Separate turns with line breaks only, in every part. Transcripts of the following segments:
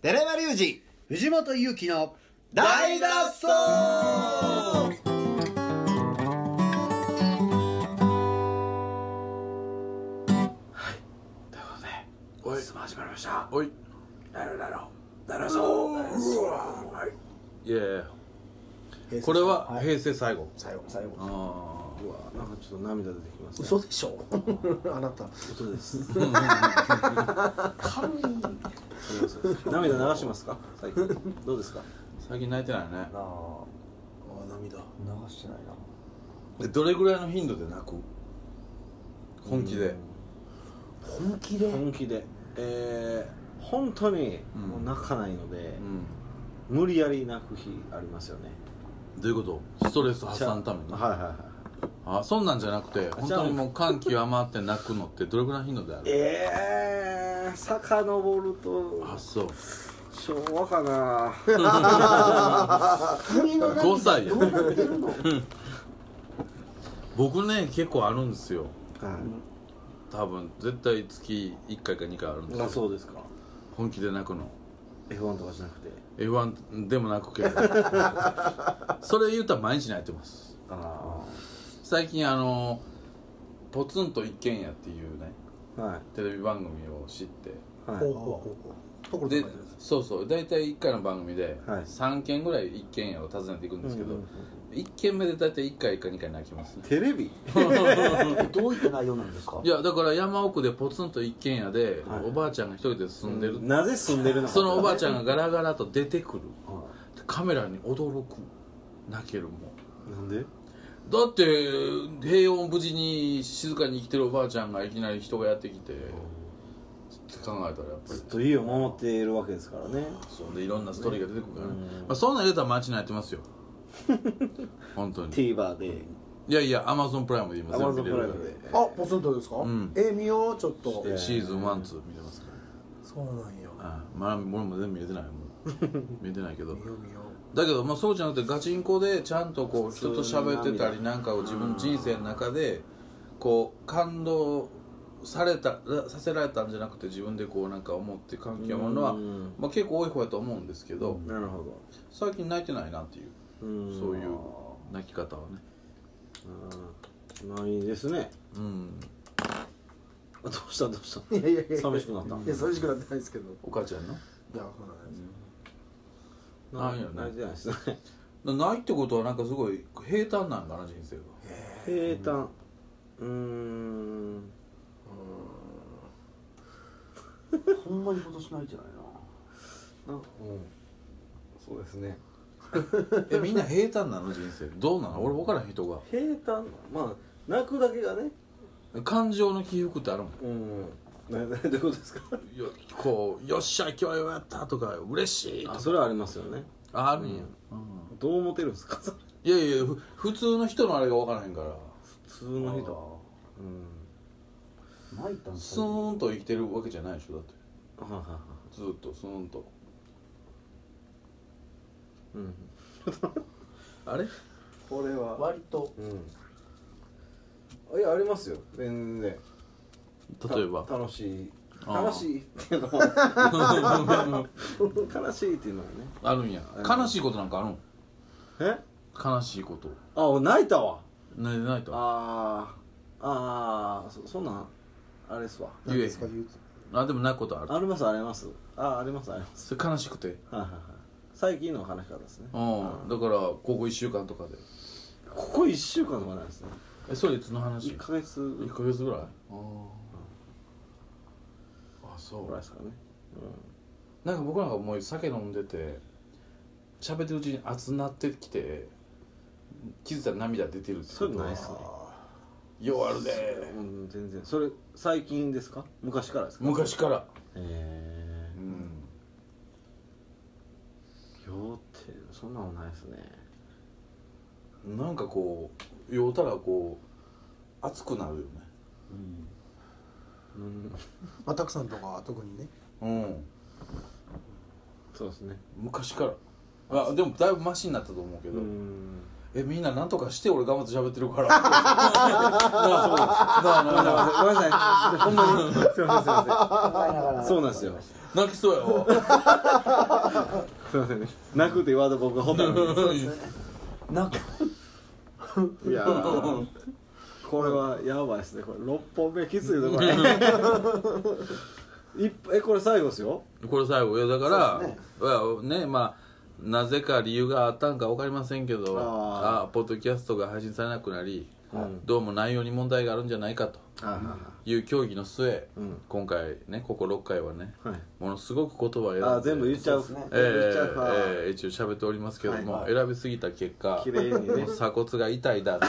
寺山隆
二藤本勇樹の
二大脱走
ということで質問始まりました
おい
なるなるなるそうはい
いやいやこれは平成最後、
最後最後
ああうわなんかちょっと涙出てきますね
嘘で しょあなた
嘘ですそうです涙流しますか最近どうですか最近泣いてないね
あ
あ涙
流してないな
でどれぐらいの頻度で泣く本気で
本気で
本気でえー、本当に
うん
もう泣かないので
う、ん
無理やり泣く日ありますよね
どういうことストレス発散のために
はいはいはい
あそんなんじゃなくて本当にもう感極まって泣くのってどれぐらいの頻度である
ええー、遡ると
あそう
昭和かな
君の
5歳や
どうなってるの
僕ね結構あるんですよ
は
多分絶対月1回か2回ある
い、
ん
あ
ですよ
そうですか
本気で泣くの
F1 とかじゃなくて
F1 でも泣 くけどそれ言うたら毎日泣いてます
あ
最近あの「ポツンと一軒家」っていうね
あはい
テレビ番組を知って
はい
ほうほうほうほうところで
でそうそう大体1回の番組で
はい
3軒ぐらい一軒家を訪ねていくんですけ
うん
ど
うん
1軒目で大体1回か2回泣きますね
テレビ
どういった内容なんですか
いやだから山奥でポツンと一軒家で
はい
おばあちゃんが一人で住んでる
なぜ住んでるのか
そのおばあちゃん
ん
がガラガラと出てくる
は
カメラに驚く泣けるもん
いなんで
だって平穏無事に静かに生きてるおばあちゃんがいきなり人がやってきてって考えたらやっぱり
ずっと家を守っているわけですからね
そんでいろんなストーリーが出てくるからね、
うん
まあ、そんなん入れたら街になって ますよ本当に
TVer で
いやいやアマゾンプライムで今全部
Amazon
見
プ
れ
ライ
る
ムで
か
あポツンとですか
ん
え見ようちょっと
らシーズン12見れますから
そうなんよ
ああまあ俺も全部見れてないもう見れてないけど
見よう見よ
だけど、まあ、そうじゃなくてガチンコでちゃんとこう人と喋ってたりなんかを自分の人生の中でこう感動されたらさせられたんじゃなくて自分でこうなんか思って感極まるのは
うん、
まあ、結構多い方やと思うんですけど
なるほど
最近泣いてないなっていう
そう
そういう泣き方はね
ないですね
うん
あどうしたどうした
ういやいやいや
寂しくなった
いや寂しくなってないですけどい
お母ちゃんの
やそうなんですよ
ないよね
泣いてないですね
ないってことはなんかすごい平坦なんかな人生が
平坦うーん
ほんまに今年泣いてない
あうんそうですね
えみんな平坦なの人生どうなの俺分からん人が
平坦まあ泣くだけがね
感情の起伏ってあるもん
うんなどういうことですか
よこう「よっしゃ今日はやった」とか「嬉しい」と
あ
か
それはありますよね
ああるんや、
どう思ってるんですか普
いやいやふ普通の人のあれが分からへんから
通の人うん
な泣いたん
スーンと生きてるわけじゃないでしょだって
ははは
ずっとスーンと
うん
あれ
これは
割と
うんいやありますよ全然
例えば
た楽しい
あー
悲しいっていうのは 悲しいっていうのはね
あるんや悲しいことなんかあるん
え
悲しいこと
あ俺泣いたわ
ないないと
あーあーそそんなんあれですわ
言えへ
ですか
ん
言う
あでもないことある
ありますありますあーありますあります
それ悲しくて
はいはいはい最近の話し方ですね
うんだからここ1週間とかで
ここ1週間とかなんですね
えそれいつの話
1
1
ヶ月ぐ
ヶ月ぐらいあああそ
らいうですかね
なんか僕なんかもう酒飲んでて喋ってるうちに熱なってきて気づいたら涙出てるって
そ
こ
れ
と
ないっすね
ようある
う
で
ん全然それ最近ですか昔からですか
昔から
え
う
え
ん
よってそんなのないですね
なんかこう酔うたらこう熱くなるよね
うん
まあたくさんとかは特にね
うん
そうですね
昔からあでもだいぶマシになったと思うけ
う
ど、
ん
えみんななんとかして俺頑張って喋ってるから なあそうなあなあなあ
ごめんなさいほんまにすいませんすいませんそうなんですよ
泣きそうやわ
すいませんね泣くというワード僕がほとんど
なんか
いやーこれはやばいですねこれ6本目きついぞこれ一えこれ最後ですよ
これ最後いやだか
そうです
らねねまあなぜか理由があったんか分かりませんけど
あー
あポッドキャストが配信されなくなり、
うん
どうも内容に問題があるんじゃないかと
あ
いう協議の末、
うん
今回ねここ6回はね、
はい
ものすごく言葉を選んで
あー全部言っちゃう
そうですね
え
全部言っちゃう
ー
か
えー一応喋っておりますけども、
はい
選びすぎた結果
綺麗にね
もう鎖骨が痛い だと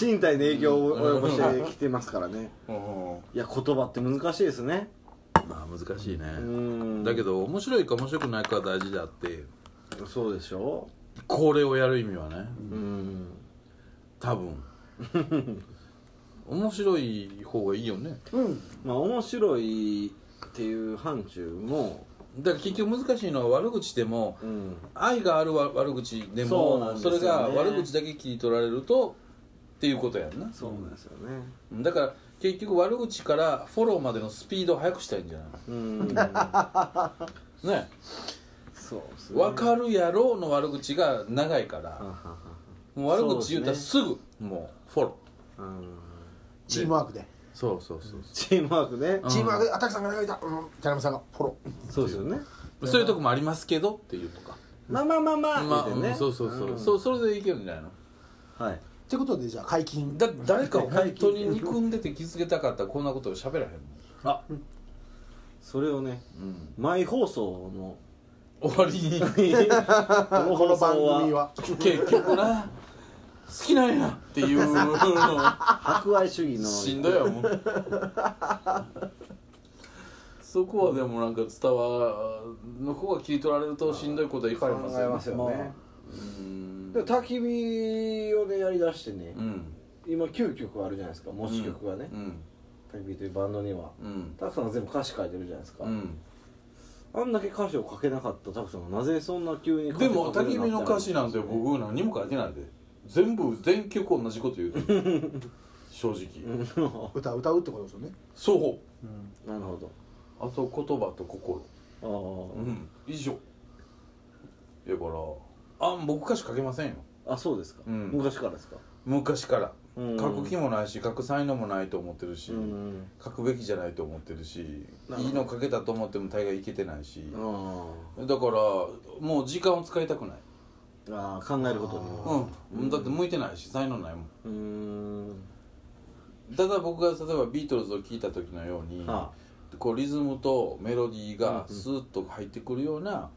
身体に影響を及ぼしてきてますからねいや言葉って難しいですね
まあ難しいね、
うん
だけど面白いか面白くないかは大事であって
そうでしょ
これをやる意味はね、
うん
多分面白い方がいいよね
うん
まあ面白いっていう範疇も
だから結局難しいのは悪口でも
うん
愛があるわ悪口で
そう
も
なんです
そ
よね
れが悪口だけ切り取られるとっていうことやんな
そうなんですよね
だから結局悪口からフォローまでのスピードを速くしたいんじゃな
うん
いね
そうですね
分かるやろうの悪口が長いから
ははは
もう悪口言うたらすぐもうフォロ
はうん
チ
チ
ー
ー
ム
ムワークで
ーそうそうそう
チームワークね
うん
チームワークでアタックさんが長いたうん田辺さんがフォロー
そうですよね
そうそういうとこもありますけどっていうとか
まあまあまあまあ
ま
言
あ
て
うん
ね
そうそうそう
う
そうそれでいけるんじゃないの
んはい
ってことでじゃあ解禁
だ誰かを本当に憎んでて気づけたかったらこんなことを喋らへんもん、
あそれをね
うん、
毎放送の
終わりに
こ
この番組は
結局な好きなんやって いう
博愛主義の
しんどいわもうそこはでもなんか伝わの方が切り取られるとしんどいことはいかれますよね
よね
うん
でも焚き火をねやりだしてね
うん
今9曲あるじゃないですか模試曲がね
うん
焚き火というバンドには
うん
タクさんが全部歌詞書いてるじゃないですか
うん
あんだけ歌詞を書けなかったタクさんがなぜそんな急に歌詞
で
書けるよ
も
うになった
焚き火の歌詞なんて僕何も書いてないで全部全曲同じこと言うてる 正直、
歌歌うってことですよね
そう
なるほ
あと言葉と心
ど
うん以上だからあ僕歌詞書けませんよ
あああそうですか
うん
昔からですか
昔から
うん
書く気もないし書く才能もないと思ってるし、
うん
書くべきじゃないと思ってるし
なる
い
ほど
いの書けたと思っても大概いけてないし、
あー
だからもう時間を使いたくない、
あー考えることに
うんだって向いてないし才能ないもん
うーん
ただ僕が例えばビートルズを聴いた時のように、
あ
こうリズムとメロディーがスーッと入ってくるような、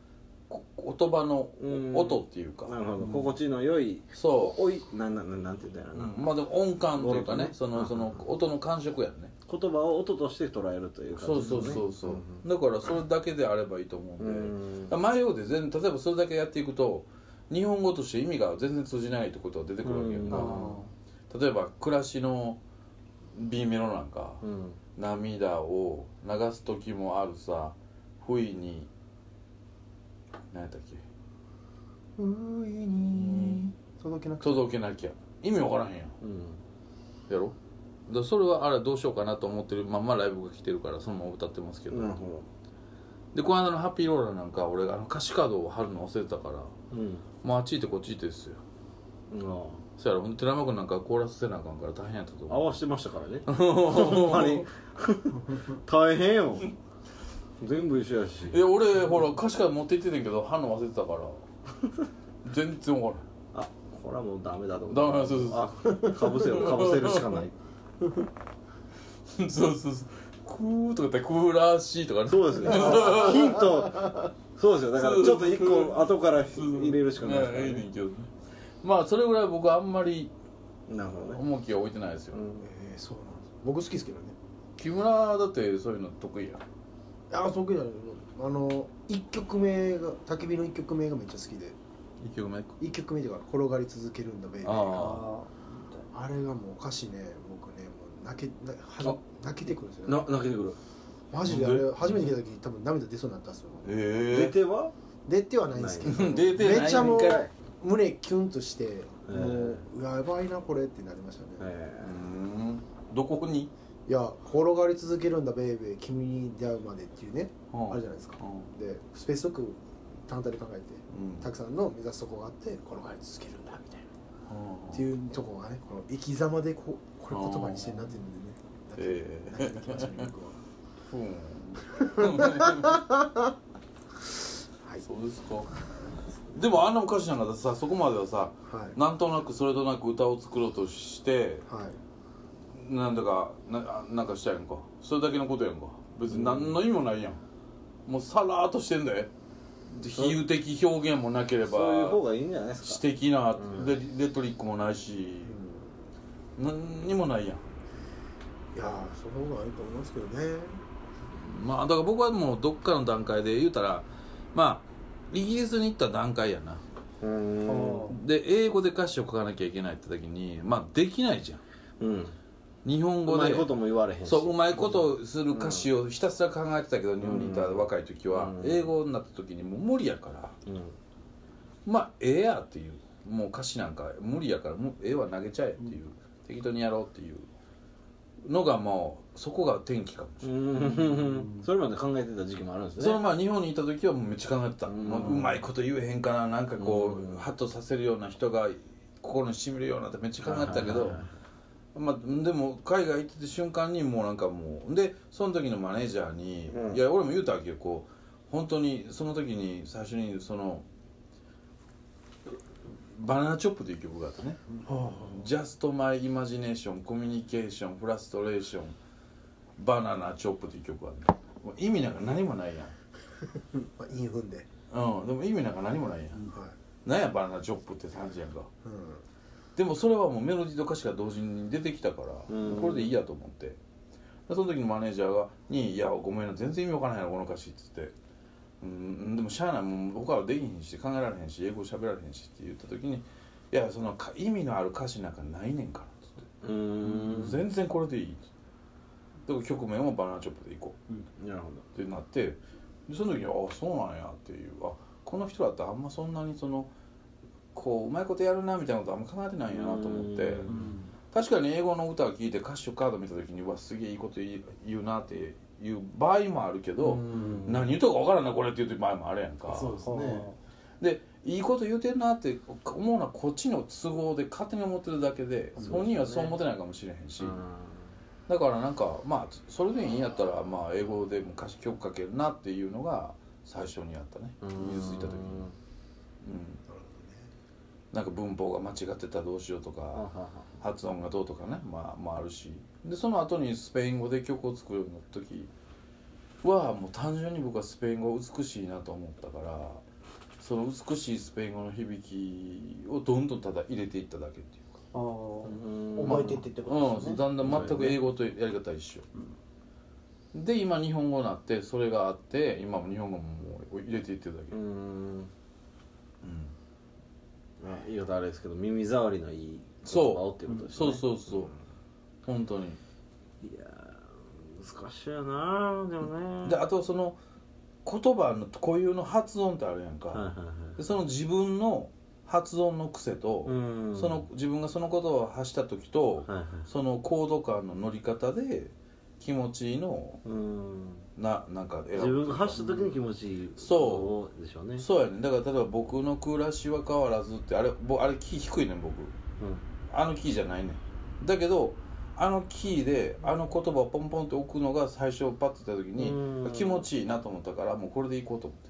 こ言葉の
うん
音っていうか、
なるほど心地の良い
そう
おいなんなんなんて言ったらいいのかな
まあでも音感というか
音感ね
ねそのその音の感触やんね
言葉を音として捉えるというか
そうそうそうそう、だからそれだけであればいいと思うんで、
うん
前ようで全例えばそれだけやっていくと日本語として意味が全然通じないってことが出てくるわけやんか、例えば暮らしの B メロなんか、
うん
涙を流す時もあるさ不意に何やったっけ
上に届けなく
届けなきゃ意味わからへんやん
うん
やろだからそれはあれどうしようかなと思ってるまんまライブが来てるからそのまま歌ってますけど、
なるほ
でこの間の「ハッピーローラー」なんか俺があの歌詞カードを貼るの忘れてたから
どうん
もうあっち行ってこっち行ってですよ
あ
そやろほんで寺山君なんかコーラスせなあかんから大変やったと
あ合
思う
わしてましたからねほんまに大変よ全部一緒やし
いや俺ほら歌詞カード持って行っててんけど貼るの忘れてたから 全然分からん
あこれはもうダメだと思
ダメだそうそうそう
あかぶせ るかぶせるしかない
そうそうそうクーとか言ったらクーラーシーとかね
そうですね ヒントそうですよだからちょっと一個後から入れるしかないですから
ねええね
ね
んけどねまあそれぐらい僕はあんまり
なるほどね
重きは置いてないですよ、
うん
えーそうなんです僕好きですけどね
木村だってそういうの得意やん
ああそうかじゃないあの1曲目が焚き火の1曲目がめっちゃ好きで
一曲目あ
1曲目とか「転がり続けるんだベイビー」
あ
あれがもう歌詞ね僕ねもう泣けなは泣けてくるんですよ
な
ね
泣けてくる
マジであれ初めて聞いた時多分涙出そうになったんですよ
え
出ては
出てはないんですけど
ない 出てない
めっちゃもう
一回
胸キュンとして
え
もうやばいなこれってなりましたね
え
うんどこに
いや転がり続けるんだベイベー君に出会うまでっていうね、
うん
あるじゃないですか
うん
でスペースよく単体で考えて
うん
たくさんの目指すとこがあって転がり続けるんだみたいな
うん
っていうとこがねこの生き様でこうこれ言葉にしてるなっていうのでね
ええ
泣けてきましたね僕は
ふ ん
はい
そうですかでもあんなおかしな方さそこまではさ
はい
なんとなくそれとなく歌を作ろうとして
はい
なんだかななんかしたやんかそれだけのことやんか別に何の意味もないやん、もうさらーっとしてんだよで比喩的表現もなければ
そういう方がいいんじゃないです
詩
か
的な、
うん
でレトリックもないし、何にもないやん
いやーその方がいいと思いますけどね
まあだから僕はもうどっかの段階で言うたらまあイギリスに行った段階やな
うーん
で英語で歌詞を書かなきゃいけないって時にまあできないじゃん
うん
日本
う
語
ま
で
いことも言われへんし
そううまいことする歌詞をひたすら考えてたけど、日本にいた若い時は、
うん
英語になった時にもう無理やから
うん
まあええやっていうもう歌詞なんか無理やからもう絵は投げちゃえっていう、適当にやろうっていうのがもうそこが転機かもしれない、
うんそれまで考えてた時期もあるんですね
その前日本にいた時はもうめっちゃ考えてた、
う
うんまいこと言えへんかななんかこう、
うん
ハッとさせるような人が心にしみるようなってめっちゃ考えてたけど、
はいはいはい
まあ、でも海外行ってた瞬間にもうなんかもうでその時のマネージャーに、
うん
いや俺も言うたわけよこう本当にその時に最初にその「バナナチョップ」という曲があってね
は
「Just My Imagination Communication Frustration Banana Chop」という曲があってもう意味なんか何もないやん
あ、まあ、インフンで、
うん、でも意味なんか何もないやん、
は
なんやバナナチョップって感じやんか
いうん
でもそれはもうメロディーと歌詞が同時に出てきたから、
うん
これでいいやと思ってでその時のマネージャーがに「いやごめんな全然意味わからないなこの歌詞」っつって「うんでもしゃあないもう僕はできひんし考えられへんし英語喋られへんし」って言った時に「いやそのか意味のある歌詞なんかないねんから」っつって
うーん
「全然これでいい」っつってだから曲名もバナナチョップでいこう
なるほど
ってなってでその時にああそうなんやっていうあこの人だってあんまそんなにそのこううまいことやるなみたいなことあんま考えてないんやなと思って
うん
確かに英語の歌を聴いて歌詞とカード見た時にうわすげえいいこと言う言うなっていう場合もあるけど
うん
何言うとか分からんなこれっていう場合もあるやんか
そうですね
でいいこと言うてんなって思うのはこっちの都合で勝手に思ってるだけで
そうですね
本人はそう思ってないかもしれへんし。だからなんかまあそれでいいんやったらまあ英語でも歌詞曲かけるなっていうのが最初にあったねニュースいた時に、うん、なんか文法が間違ってたらどうしようと
あは
か
は
発音がどうとかねまあまああるしでその後にスペイン語で曲を作るようになった時はもう単純に僕はスペイン語美しいなと思ったからその美しいスペイン語の響きをどんどんただ入れていっただけっていうか
ああ
うん
覚えてってってことです
う
よ
ん、
ね
だんだん全く英語とやり方一緒、で今日本語になってそれがあって今も日本語ももう入れていってるだけ、
う
うん
んね言い方あれですけど耳障りのいい
そう
言葉をっていうことです
そ
ね
うそうそう本当に
いやー難しいよなーでもね
であとその言葉の固有の発音ってあるやんか、
はいはいはい
でその自分の発音の癖と、
うん
その自分がその言葉を発した時と、
はいはい
そのコード感の乗り方で気持ちいいのを
うん
ななんか選ぶ
自分が発した時の気持ちいい
そ
でしょうね
そうやねだから例えば「僕の暮らしは変わらず」ってあれぼあれキー低いねん僕あのキーじゃないねんだけどあのキーであの言葉をポンポンって置くのが最初パッて言った時
う
に
ん
気持ちいいなと思ったからもうこれでいこうと思って、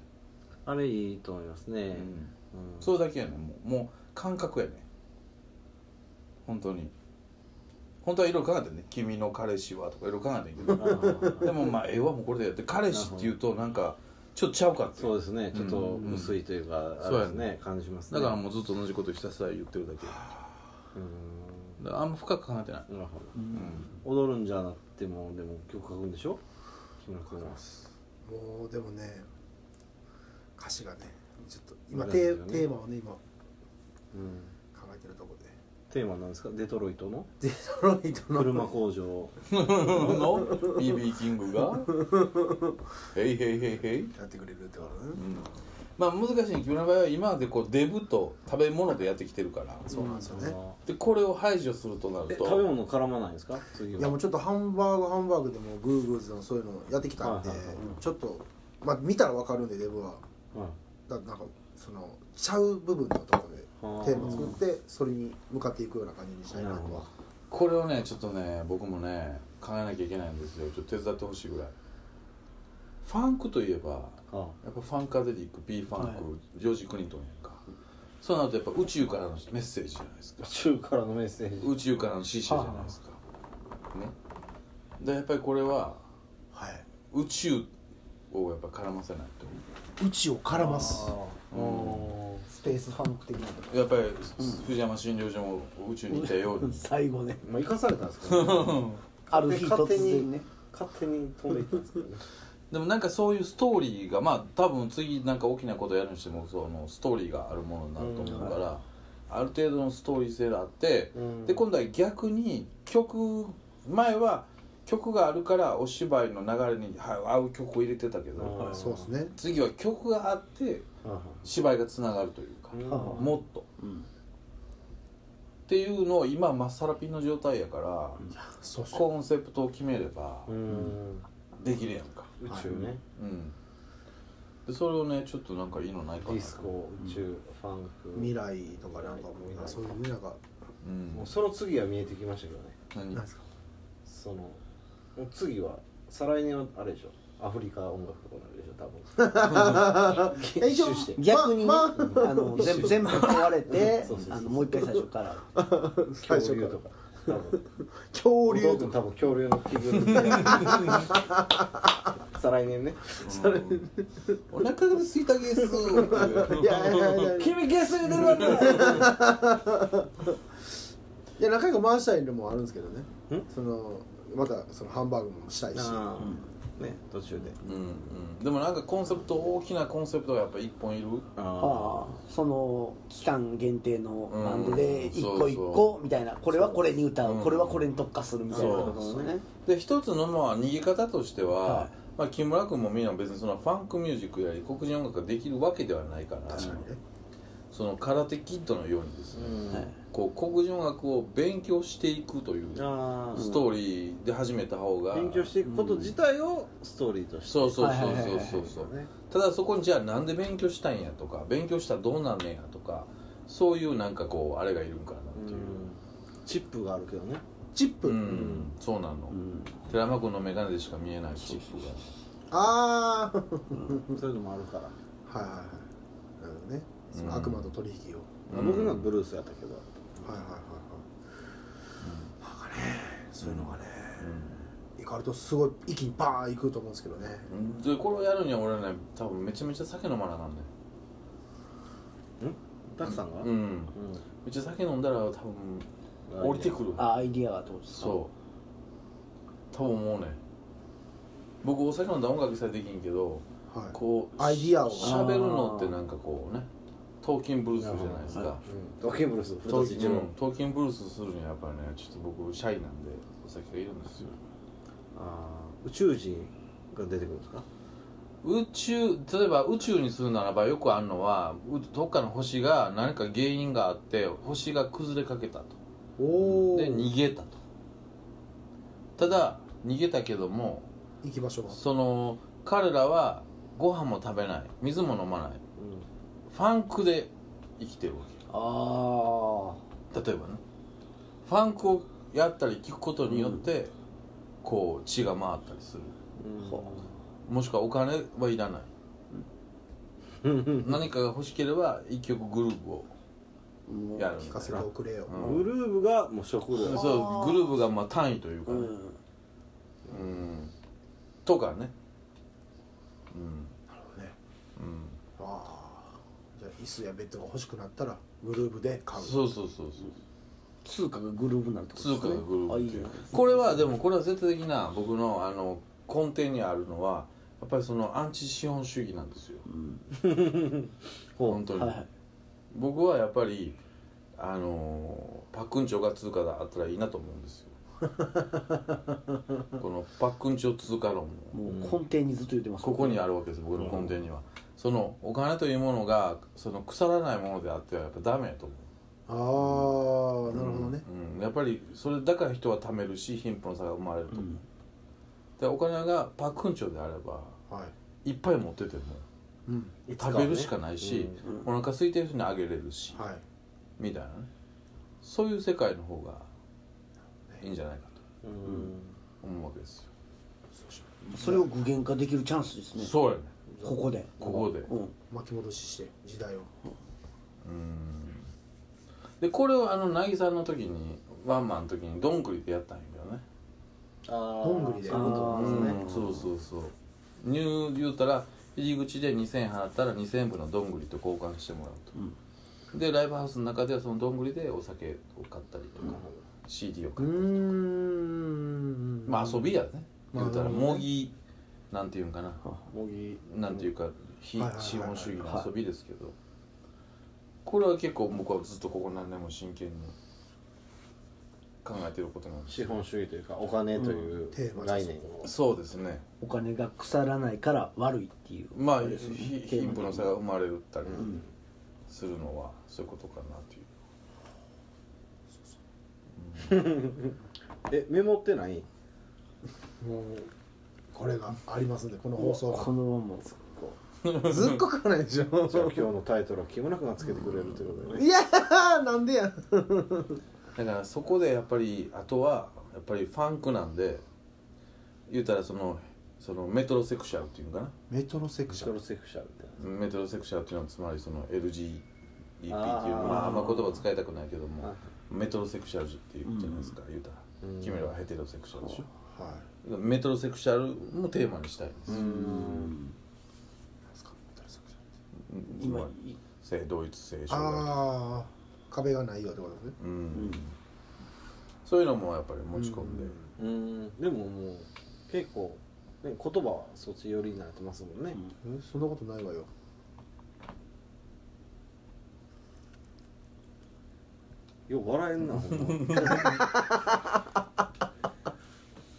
あれいいと思いますね
うん
うん
それだけやねんもうもう感覚やねん本当に本当はいろいろ考えてんね「君の彼氏は」とかいろいろ考えて んけど
あー
でもまあ絵はもうこれでやって彼氏っていうとなんかちょっとちゃうかって
そうですねちょっと
うん
薄いというかあ
そう
れ
や
で
ね
すね感じますね
だからもうずっと同じことひたすら言ってるだけ
うん
だからあんま深く考えてない、
なるほ
うん
ど踊るんじゃなくてもでも曲書くんでしょ木村君は
もうでもね歌詞がねちょっと今
難しい
テ
よ
ー,、
ね
テーマをね今考
うん
えてるところで
テーマなんですかデトロイトの
デトロイトの
車工場
の BB キン グが「へいへいへいへい
やってくれるってこ」
う
とね
んまあ難しい木村の場合は今までこうデブと食べ物でやってきてるから
そうなんですよね
でこれを排除するとな
え
ると
食べ物絡まないんですか次はい
やもうちょっとハンバーグハンバーグでもグーグーズのそういうのやってきたんで
はいはいはい
ちょっとまあ見たらわかるんでデブは
はい
だなんかそのちゃう部分のところで
はあ
テーマ作ってそれに向かっていくような感じにしたいな
なる
と
ほ
は
ど
これをねちょっとね僕もね考えなきゃいけないんですよちょっと手伝ってほしいぐらいファンクといえば
あ
やっぱファンカデリック B ファンク、
は
ジョージ・クリントンやんかそうなるとやっぱ宇宙からのメッセージじゃないですか
宇宙からのメッセージ
宇宙からの死者じゃないですかねでやっぱりこれは
はい
宇宙をやっぱ絡ませない
宇宙を絡ます
ーう
スペースファンク的なとこと
やっぱり、藤山診療所も宇宙に行ったように
最後ね
まあ生かされたんですけど ね
ある日突然ね
勝手に飛んでいったんですけ どね
でもなんかそういうストーリーがまあ多分次なんか大きなことやるにしてもそのストーリーがあるものになると思うから、ある程度のストーリー性があって、
うん
で今度は逆に曲前は曲があるからお芝居の流れには合う曲を入れてたけど、
あー
そうですね
次は曲があって
はいはい
芝居がつながるというか、
うん
は
もっと、っていうのを今まっさらピンの状態やから、
そうそう
コンセプトを決めれば
うん
できるやんか、
宇宙ね
うんでそれをねちょっとなんかいいのないか
デ
な
ィスコ宇宙ファンク
未来とかなんかも
未
う
来
そういうなんか
うん
もうその次は見えてきましたけどね
何
なんですか
そのもう次は再来年はあれでしょアフリカ音楽とかなるでしょ多分
え 一応
結集して
い逆にね
ま
あ の全部全部壊れて
そうそうそう
あのもう一回最初から
最
恐
初か
竜
ら
とか多
恐
分恐
竜
竜
とか
君 多分恐竜の着ぐ るみで再来年ね
うんお腹が空いたゲスっていう
いやいやいやいや
君ゲスに出るわけだ
いや何回か回したいのもあるんですけどね
ん
そのまたそのハンバーグもしたいし
あーね途中で
うんうんでもなんかコンセプト大きなコンセプトがやっぱ一本いる
ああその期間限定のバンドで
うん
一
そ
個
う
一
そ
個みたいなこれはこれに歌
うん
うこれはこれに特化するみたいなところね
で一つのまあ逃げ方としては、
はい
まあ、木村君もみんな別にそのファンクミュージックやり黒人音楽ができるわけではないから
確かにね
その空手キッドのようにですね、
うん
はい
こう黒人音楽を勉強していくという
あ
ス
ー
トーリーで始めた方が、
勉強していくこと自体をストーリーとして
そうそうそう
はいはいはい
そう
はい
そうそう、
ね
ただそこにじゃあなんで勉強したいんやとか勉強したらどうなんねんやとかそういうなんかこうあれがいるんかなっていう、
チップがあるけどね
チップ、
うんそうなの、寺間君の眼鏡でしか見えないチップが
あ あ
そういうのもあるから
はいはいはいなるほどねその悪魔と取引を、
うん
僕のはブルースやったけど
はいはいはいはい、なんかねそういうのがね、いかれるとすごい一気にバーンいくと思うんですけどね
うんでこれをやるには俺ね多分めちゃめちゃ酒飲まなあかんね
たくさんが
んう
うん
んめっちゃ酒飲んだら多分降りてくる
あアイディアがってことですか
そう多分もうね僕お酒飲んだら音楽さえできんけど
はい
こう
アイディアを
しゃべるのってなんかこうねトーキンブルースじゃないですか
ドキンブルース
ト
古
ー
舘
キ
一郎
ントーキンブルースするにはやっぱりねちょっと僕シャイなんでお酒がいるんですよ
あー宇宙人が出てくるんですか
宇宙例えば宇宙にするならばよくあるのはうどっかの星が何か原因があって星が崩れかけたと
おお
で逃げたとただ逃げたけども
行き場所が
その彼らはご飯も食べない水も飲まないファンクで生きてるわ
あ
け例えばねファンクをやったり聞くことによって、こう血が回ったりする
うん
ほ
もしくはお金はいらない
うん
何かが欲しければ一曲グループを
あもう
やるみ
聞
た
か
い
せ
な
ておくれよ、
うん
グルーブがもう食料
そうグループがまあ単位というか
う
ね、
ん
うんとかねうん
ね
うん
ああじゃあ椅子やベッドが欲しくなったらグルーブで買う
そうそうそうそう
通貨がグルーブになるってこと
通貨がグループ
あ
っ
いい
てい
じゃ
う
ないですか
これはでもこれは絶対的な僕のあの根底にあるのはやっぱりそのアンチ資本主義なんですよ
うん
本当に、
はいはい
僕はやっぱりああのーパックンチョが通貨だあったらいいなと思うん ですよこのパックンチョ通貨論も
もう根底にずっと言ってます、
ここにあるわけです僕の根底には、そのお金というものがその腐らないものであってはやっぱダメやと思う
あーなるほどね、
うん、やっぱりそれだから人は貯めるし貧富の差が生まれると思う、でお金がパックンチョであれば
はい、
いっぱい持ってても
うん
いつかは
食
ね
べるしかないし、お腹空いてる人にあげれるし、
はい、
みたいなねそういう世界の方がいいんじゃないかと
うん
思うわけですよ、
それを具現化できるチャンスですね
そうやね
ここで
ここで
うん
巻き戻しして時代を
うんでこれをあの渚の時にワンマンの時にどんぐりでやったんやけどね
あー
どんぐりで
そういうことですね
うんそうそうそう入言うたら入り口で2000円払ったら2000分のどんぐりと交換してもらうと、でライブハウスの中ではそのどんぐりでお酒を買ったりとか、CD を
う
買
ー
っ
ん
まあ遊びやね
まあ
言うたら
なるほど
模
ね
擬なんていうんかな
模擬
なんていうか非
はいはいはいはい
資本主義の遊びですけどこれは結構僕はずっとここ何年も真剣に考えてることなんです
資本主義というかお金という
テーマ
概
です
念を
そうですね
お金が腐らないから悪いっていう
まあ
れですね
ひ
テーマ
貧富の差が生まれたりするのはそういうことかなという
えメモってない
もうこれがありますんでこの放送
このままもう
がずっこかないでしょ
じゃあ今日のタイトルは木村君がつけてくれるということで
い
ね
やーなんでやん
だからそこでやっぱりあとはやっぱりファンクなんで言うたらそのそのメトロセクシャルっていうのかな
メトロセク
メ
シ
ト
ョン
ロセクシャルみたい
メトロセクシャルっていうのはつまりその LGBT っていう
あー
まああんま言葉使いたくないけども、
はい
メトロセクシャルっていうじゃないですか、言うたら、
うん
君らはヘテロセクシャルでしょ、
はい
メトロセクシャルもテーマにしたいんです
な
よ、
うん
なんすかメトロセクションって
うん、つ
今
まり性同一性障害
ああ壁がないよってことですね
うん、そういうのもやっぱり持ち込んで、
うんでももう結構ね言葉はそっち寄りになってますもんね
えそんなことないわよ
よう笑えんなほんま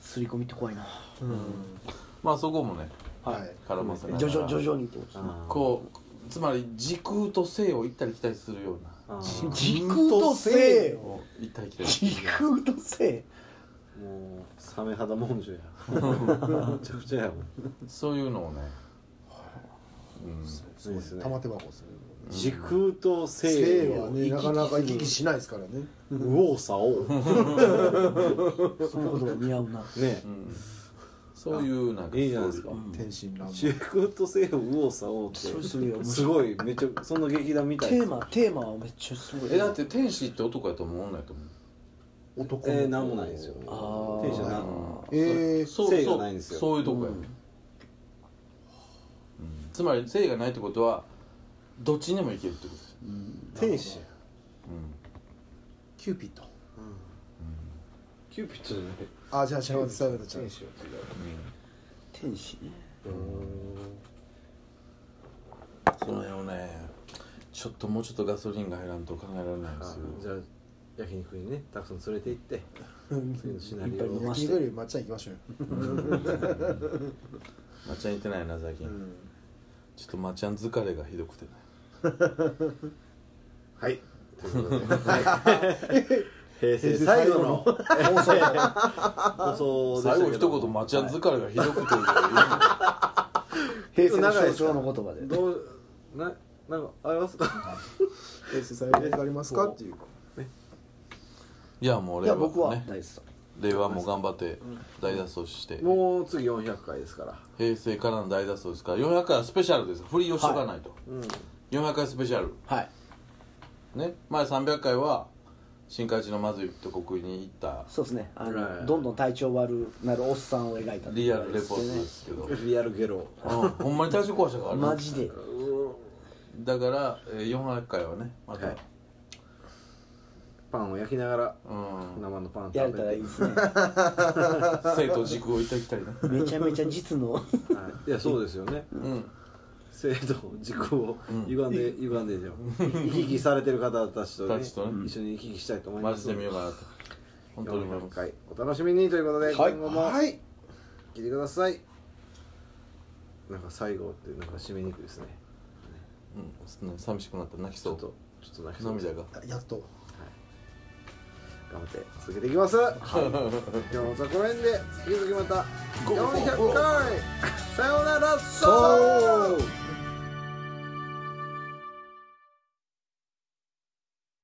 刷り込みって怖いな
まあそこもね
はい
絡ませながら
徐々徐々にってことですね
あー
こうつまり時空と性を行ったり来たりするような
あー
時空と性を
行ったり来たり する
時空と性
もうサメ肌もんじゅやめちゃくちゃやもん
そういうのをね、うん、
すごい
いいですね
玉手箱ですね
時空と
性
性
は
を
ね
行
な
き来
かなか行き来しないですからね
右往左往
そのことが似合うな
ね
うんそういうなんか
いいじゃないですか
天真爛漫
時空と性を右往左
そ
往
れ
っ
するよ
てすごいめっちゃその劇団みた
テ
いです
ーマテーマはめっちゃすごい
えだって天使って男やと思わないと思う
男
えー、
の
なんもないですよね
あー
天使はなん
うん
えー
そう
性
そ
が
う
ないんですよ
そういうとこや、
うん
うんつまり性がないってことはどっちにもいけるってことですよ、
天使
キューピッド
キューピッドじゃない
あじゃあシャワーズサイバーちゃん
天使は違
天使ね
うう
その辺をねちょっともうちょっとガソリンが入らんと考えられないんですよ
ーんじゃあ焼肉にねたくさん連れて行って次のシナリ
いっぱい飲
オ
ま
を
せ
黄緑抹茶行きましょうよ
抹茶に行ってないな最近、ちょっと抹茶の疲れがひどくてね
はいということで平成最後の放送放送でし
最
た
後
け
一
ど
言抹茶の疲れがひどくて、
平成の象徴の言葉で
どうななんかあります か
平成最後の映画ありますかっていう
い、やもう
い
令
や
和
僕
も
は
ね
大好き
令和も頑張って大脱走して、
もう次400回ですから
平成からの大脱走ですから400回はスペシャルです振りをしとかないと、400回スペシャル
はい
ね前300回は新海地のまずいとこ食いに行った
そうですねあ
はい
のどんどん体調悪なるおっさんを描いた
リアルレポートです けど、
リアルゲロ
うん、ほんまに体調壊したからね
マジで
だから、えー、400回はねまた、
はいパンを焼きながら
う
生のパン
や
食
れたら
べ
いい
て
ですね
ん生と軸をいただきたいね
めちゃめちゃ実の
はいいやそうですよね
うん
制度自己を
うん
歪んで、歪んでじゃん 行き来されてる方たちと,、
たちとね
一緒に行き来したいと思い
マ
ま
ジ
す
で見ようかなと本当に思い
400
ます
回お楽しみにということで、
はい
今後も
は
聞い
い
てくださいなんか最後ってなんか締めにくいですね
うん寂しくなった泣き
ち
そ
ょっと
う
ちょっと泣きそうです
涙が
やっと
頑張って続けていきます、今日もこの辺で引き続きまた400回さようなら
そう